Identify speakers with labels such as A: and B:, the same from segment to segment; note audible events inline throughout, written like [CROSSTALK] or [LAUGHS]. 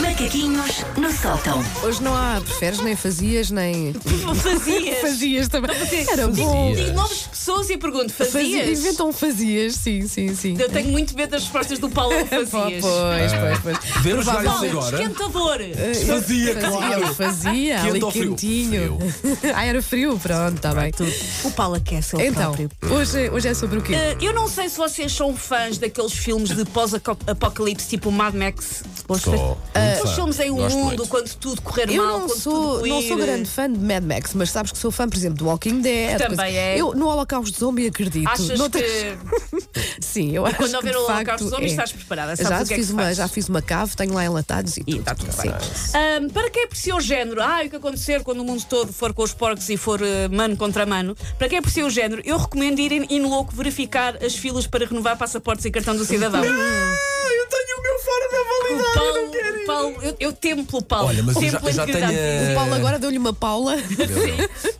A: Macaquinhos no sótão.
B: Hoje não há, preferes, nem fazias, nem.
C: Fazias.
B: Fazias também. Era bom.
C: Digo nomes de pessoas e pergunto:
B: Fazia-
C: fazias?
B: Inventam fazias, sim, sim, sim. Ah,
C: Eu tenho muito medo das respostas do Paulo
B: [LAUGHS] Pô,
C: fazias.
B: Pois, pois, pois.
D: Podemos jogar isso
C: Paulo,
D: agora?
C: esquentador.
D: Fazia,
B: Fazia, fazia,
D: Quente
B: ali
D: ou frio?
B: quentinho. [LAUGHS] Ah, era frio, pronto, está bem.
C: O Paulo aquece ele
B: Então,
C: próprio.
B: hoje, hoje é sobre o quê?
C: Eh, Eu não sei se vocês são fãs daqueles filmes de pós-apocalipse tipo Mad Max.
D: Sou.
C: Aqueles filmes em um
D: Gosto
C: mundo
D: muito.
C: quando tudo correr
B: Eu
C: mal,
B: não
C: quando
B: sou,
C: tudo
B: não
C: ir, eh,
B: sou grande fã de Mad Max, mas sabes que sou fã, por exemplo, do Walking Dead.
C: Também
B: coisa-
C: é.
B: Eu no Holocausto Zombie acredito.
C: Achas
B: Não
C: que
B: tens- [LAUGHS] Sim, eu acho
C: quando
B: que
C: houver
B: de
C: o
B: facto,
C: Holocausto Zombie
B: é.
C: estás preparada? Sabes
B: Já
C: o que é
B: fiz
C: que
B: uma,
C: faz.
B: já fiz uma cave, tenho lá enlatados e, tudo.
C: tá tudo
B: Sim.
C: Ahm, para quem aprecia o género, ah, o que acontecer quando o mundo todo for com os porcos e for eh, mano contra mano, para quem aprecia o género, eu recomendo irem in louco verificar as filas para renovar passaportes e cartão do cidadão.
D: Ah, eu tenho o meu fora da validade.
C: Paulo, Paulo, eu, eu temo pelo Paulo.
D: Olha, mas eu
C: Temo
D: já,
C: pela
D: eu já tenho.
C: integridade
B: O
D: a-
B: Paulo
C: Eh,
B: agora deu-lhe uma paula.
C: [LAUGHS]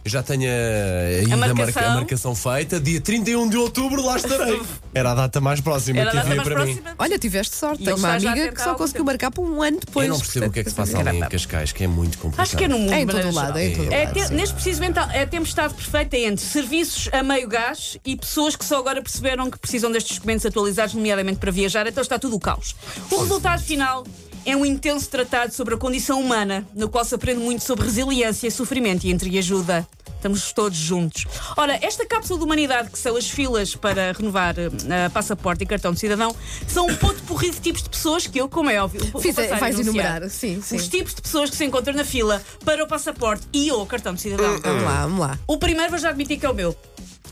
D: Eu já tenho a, ainda
C: A
D: a marca- a
C: marcação.
D: marcação. feita. Dia 31 de outubro lá estarei. Era a data mais próxima
C: Era a
D: que
C: data
D: havia
C: mais
D: para mim.
C: próxima.
B: Olha, tiveste sorte.
C: E
B: Tenho
C: ele
B: uma
C: está já a
B: amiga
C: tentar
B: que só
C: há
B: conseguiu
C: algum
B: marcar para um ano depois.
D: eu não percebo o que é que se passa ali em Cascais, que é muito complicado.
C: Acho que é no mundo.
B: É em todo
C: mas-
B: o lado, é em todo o
C: É,
B: lado.
C: te- neste preciso momento é tempestade perfeita entre serviços a meio gás e pessoas que só agora perceberam que precisam destes documentos atualizados, nomeadamente para viajar, então está tudo o caos. O resultado final é um intenso tratado sobre a condição humana, no qual se aprende muito sobre resiliência, sofrimento e entreajuda. Estamos todos juntos. Ora, esta cápsula de humanidade, que são as filas para renovar eh, passaporte e cartão de cidadão, são um ponto porrido de tipos de pessoas que eu, como é óbvio, vou- vou
B: Fiz- eh,
C: passar a
B: vais
C: enunciar.
B: enumerar, sim, sim.
C: Os tipos de pessoas que se encontram na fila para o passaporte e ou o cartão de cidadão.
B: Vamos lá, vamos lá.
C: O primeiro vou já admitir que é o meu.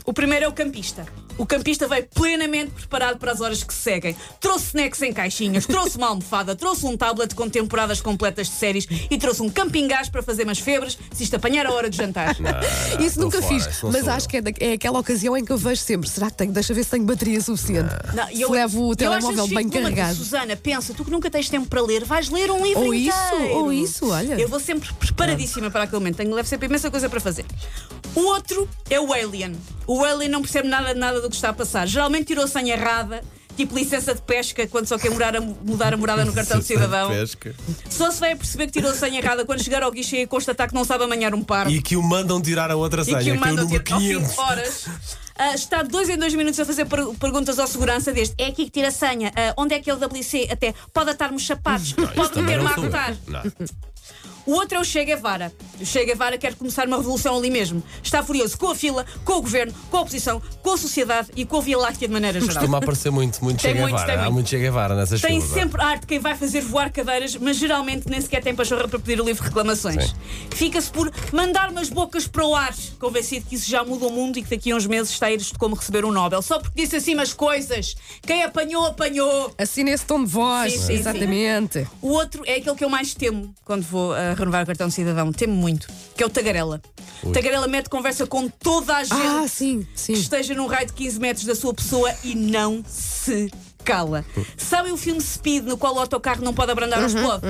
C: O primeiro é o campista. O campista veio plenamente preparado para as horas que se seguem. Trouxe snacks em caixinhas, trouxe uma almofada, trouxe um tablet com temporadas completas de séries e trouxe um camping gás para fazer umas febres se isto apanhar a hora de jantar.
B: Isso
D: tô
B: nunca
D: fora,
B: fiz,
D: isso não
B: mas
D: Ah, sou
B: acho
D: eu.
B: que é, da- é aquela ocasião em que eu vejo sempre. Será que tenho? Deixa ver se tenho bateria suficiente.
D: Ah.
C: Não, e
B: se levo o
C: eu
B: telemóvel
C: às vezes
B: bem
C: fico numa de,
B: carregado.
C: Susana, pensa, tu que nunca tens tempo para ler, vais ler um livro
B: Ou
C: inteiro.
B: isso, ou isso, olha.
C: Eu vou sempre preparadíssima para aquele momento. Tenho, levo sempre imensa coisa para fazer. O outro é o Alien. O Alien não percebe nada de nada do que está a passar. Geralmente tirou a senha errada, tipo licença de pesca, quando só quer morar a- mudar a morada no cartão de cidadão.
D: Pesca.
C: Só se vai a perceber que tirou a senha errada quando chegar ao guichê e constatar que não sabe amanhar um par
D: E que o mandam tirar a outra senha,
C: e que o
D: é o
C: mandam
D: número
C: ter ao fim
D: 500.
C: de horas. [LAUGHS] Ah, está de dois em dois minutos a fazer per- perguntas ao segurança deste. É aqui que tira a senha. Ah, onde é que é o WC? Até pode atar-me os sapatos. pode
D: Também
C: meter-me a
D: não sou eu.
C: agotar.
D: Não.
C: O outro é o Che Guevara. O Che Guevara quer começar uma revolução ali mesmo. Está furioso com a fila, com o governo, com a oposição, com a sociedade e com a Via Láctea de maneira geral.
D: Costuma aparecer muito, muito
C: Tem
D: Che
C: muito, tem
D: Guevara. Há
C: muito.
D: muito Che Guevara nessas
C: Tem
D: filas.
C: sempre arte de quem vai fazer voar cadeiras, mas geralmente nem sequer tem pachorra para pedir o livro de reclamações.
D: Sim.
C: Fica-se por mandar umas bocas para o ar, convencido que isso já muda o mundo e que daqui a uns meses está a ir isto como receber um Nobel. Só porque disse assim umas coisas. Quem apanhou, apanhou.
B: Assim nesse tom de voz,
C: Sim, sim, sim.
B: exatamente.
C: O outro é aquele que eu mais temo quando vou ah, renovar o cartão de cidadão. Temo muito. Que é o Tagarela. O Tagarela mete conversa com toda a gente.
B: Ah, sim, sim.
C: que esteja num raio de 15 metros da sua pessoa e não se cala. Sabem o filme Speed, no qual o autocarro não pode abrandar
B: Uhum,
C: ou explode?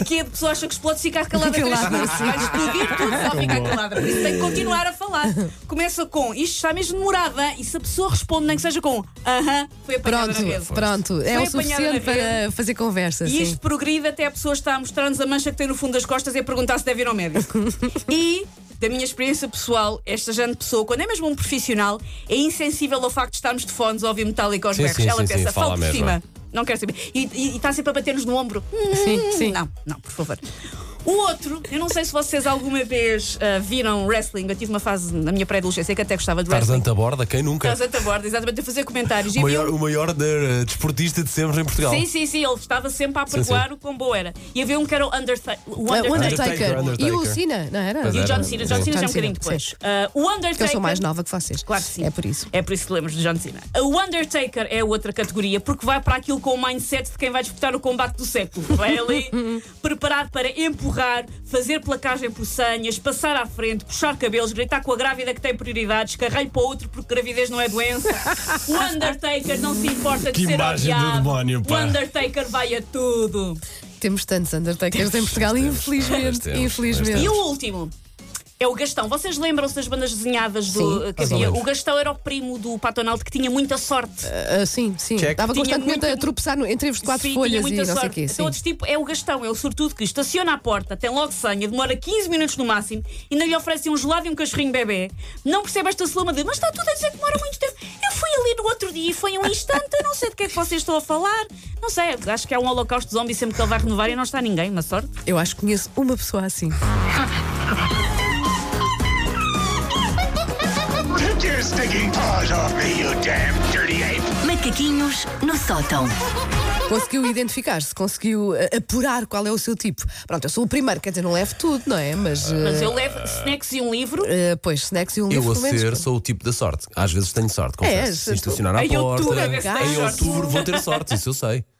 C: Aqui a pessoa acha que explode se
B: [LAUGHS]
C: ficar calada três
B: Calada,
C: segundos.
B: sim.
C: Vai explodir tudo, só ficar calada. Por isso tem que continuar a falar. Começa com isto está mesmo demorado, hein? e se a pessoa responde, nem que seja com aham, foi apanhada
B: Pronto,
C: na rede.
B: pronto. É
C: Foi
B: o
C: apanhada
B: suficiente
C: na rede.
B: para fazer conversa.
C: E
B: sim.
C: isto progride até a pessoa está a mostrar-nos a mancha que tem no fundo das costas e a perguntar se deve ir ao médico.
D: [LAUGHS]
C: e, da minha experiência pessoal, esta gente pessoa, quando é mesmo um profissional, é insensível ao facto de estarmos de fones a ouvir metálico aos
D: Sim,
C: berros.
D: sim,
C: Ela
D: sim,
C: pensa,
D: sim, fala
C: fala por
D: mesmo. é.
C: cima. Não quero saber. E, e- e está sempre a bater-nos no ombro. Hum,
B: Sim, sim.
C: Não, não, por favor. O outro, eu não sei se vocês alguma vez ah, viram wrestling. Eu tive uma fase na minha pré-adolescência que até gostava de wrestling.
D: Tarzan da borda, quem nunca?
C: Tarzan da borda, exatamente, a fazer comentários. E
D: O
C: havia
D: maior, o maior de- desportista de sempre em Portugal.
C: Sim, sim, sim, ele estava sempre a apergoar o combombou era. E havia um que era o Undertaker. O
B: Ah,
C: Undertaker.
B: o
D: Undertaker,
B: Undertaker. E o
D: Undertaker.
B: Cena, não era?
D: Pois
C: E o
D: era.
C: John Cena. O John
D: Sim.
C: Cena já é um
B: John
C: bocadinho
B: Cena,
C: depois.
B: sim.
C: Ah, o Undertaker.
B: Porque eu sou mais nova que vocês.
C: Claro que sim.
B: É por isso.
C: É por isso que lemos de John Cena. O Undertaker é outra categoria, porque vai para aquilo com o mindset de quem vai disputar o combate do século.
B: [LAUGHS]
C: Vai ali preparado para empurrar, fazer placagem por senhas, passar à frente, puxar cabelos, gritar com a grávida que tem prioridades, carreio para outro porque gravidez não é doença. O Undertaker não se importa de
D: Que
C: ser
D: imagem do
C: odiado.
D: demónio, pá.
C: O Undertaker vai a tudo.
B: Temos tantos Undertakers em Portugal,
D: temos,
B: infelizmente.
D: temos, temos,
B: infelizmente.
C: E o último É o Gastão. Vocês lembram-se das bandas desenhadas do,
B: Sim.
C: que
D: Mais ou
C: havia?
D: menos.
C: O Gastão era o primo do Patonaldo que tinha muita sorte.
B: Ah, sim, sim.
D: Check.
B: Estava
C: Tinha
B: constantemente
C: muita-
B: a tropeçar no, entre as quatro
C: Sim,
B: folhas
C: tinha
B: e
C: muita
B: não sei o
C: sorte.
B: quê.
C: Então,
B: Sim.
C: outro tipo é o Gastão, é o sortudo que estaciona à porta, tem logo senha, demora 15 minutos no máximo, ainda lhe oferecem um gelado e um cachorrinho bebê. Não percebe esta celoma de, mas está tudo a dizer que demora muito tempo. Eu fui ali no outro dia e foi um instante, eu não sei de que é que vocês estão a falar. Não sei, acho que é um holocausto zombie sempre que ele vai renovar e não está ninguém, uma sorte.
B: Eu acho que conheço uma pessoa assim.
A: Take your stinking paws off me, you damn dirty ape!
E: Macaquinhos no sótão.
B: Conseguiu identificar-se, conseguiu ah, apurar qual é o seu tipo. Pronto, eu sou o primeiro, quer dizer, não levo tudo, não é? Mas,
C: Mas
B: ah,
C: eu levo snacks e um livro.
B: ah, pois, snacks e um
D: Eu
B: livro
D: a
B: pelo menos.
D: ser É, sou o tipo da sorte. Às vezes tenho sorte, confesso.
B: És,
D: Se estacionar
C: tu-
D: à
C: em
D: porta,
C: outubro, a ver se
B: tens
D: em
B: sorte.
D: outubro vou ter sorte, isso eu sei.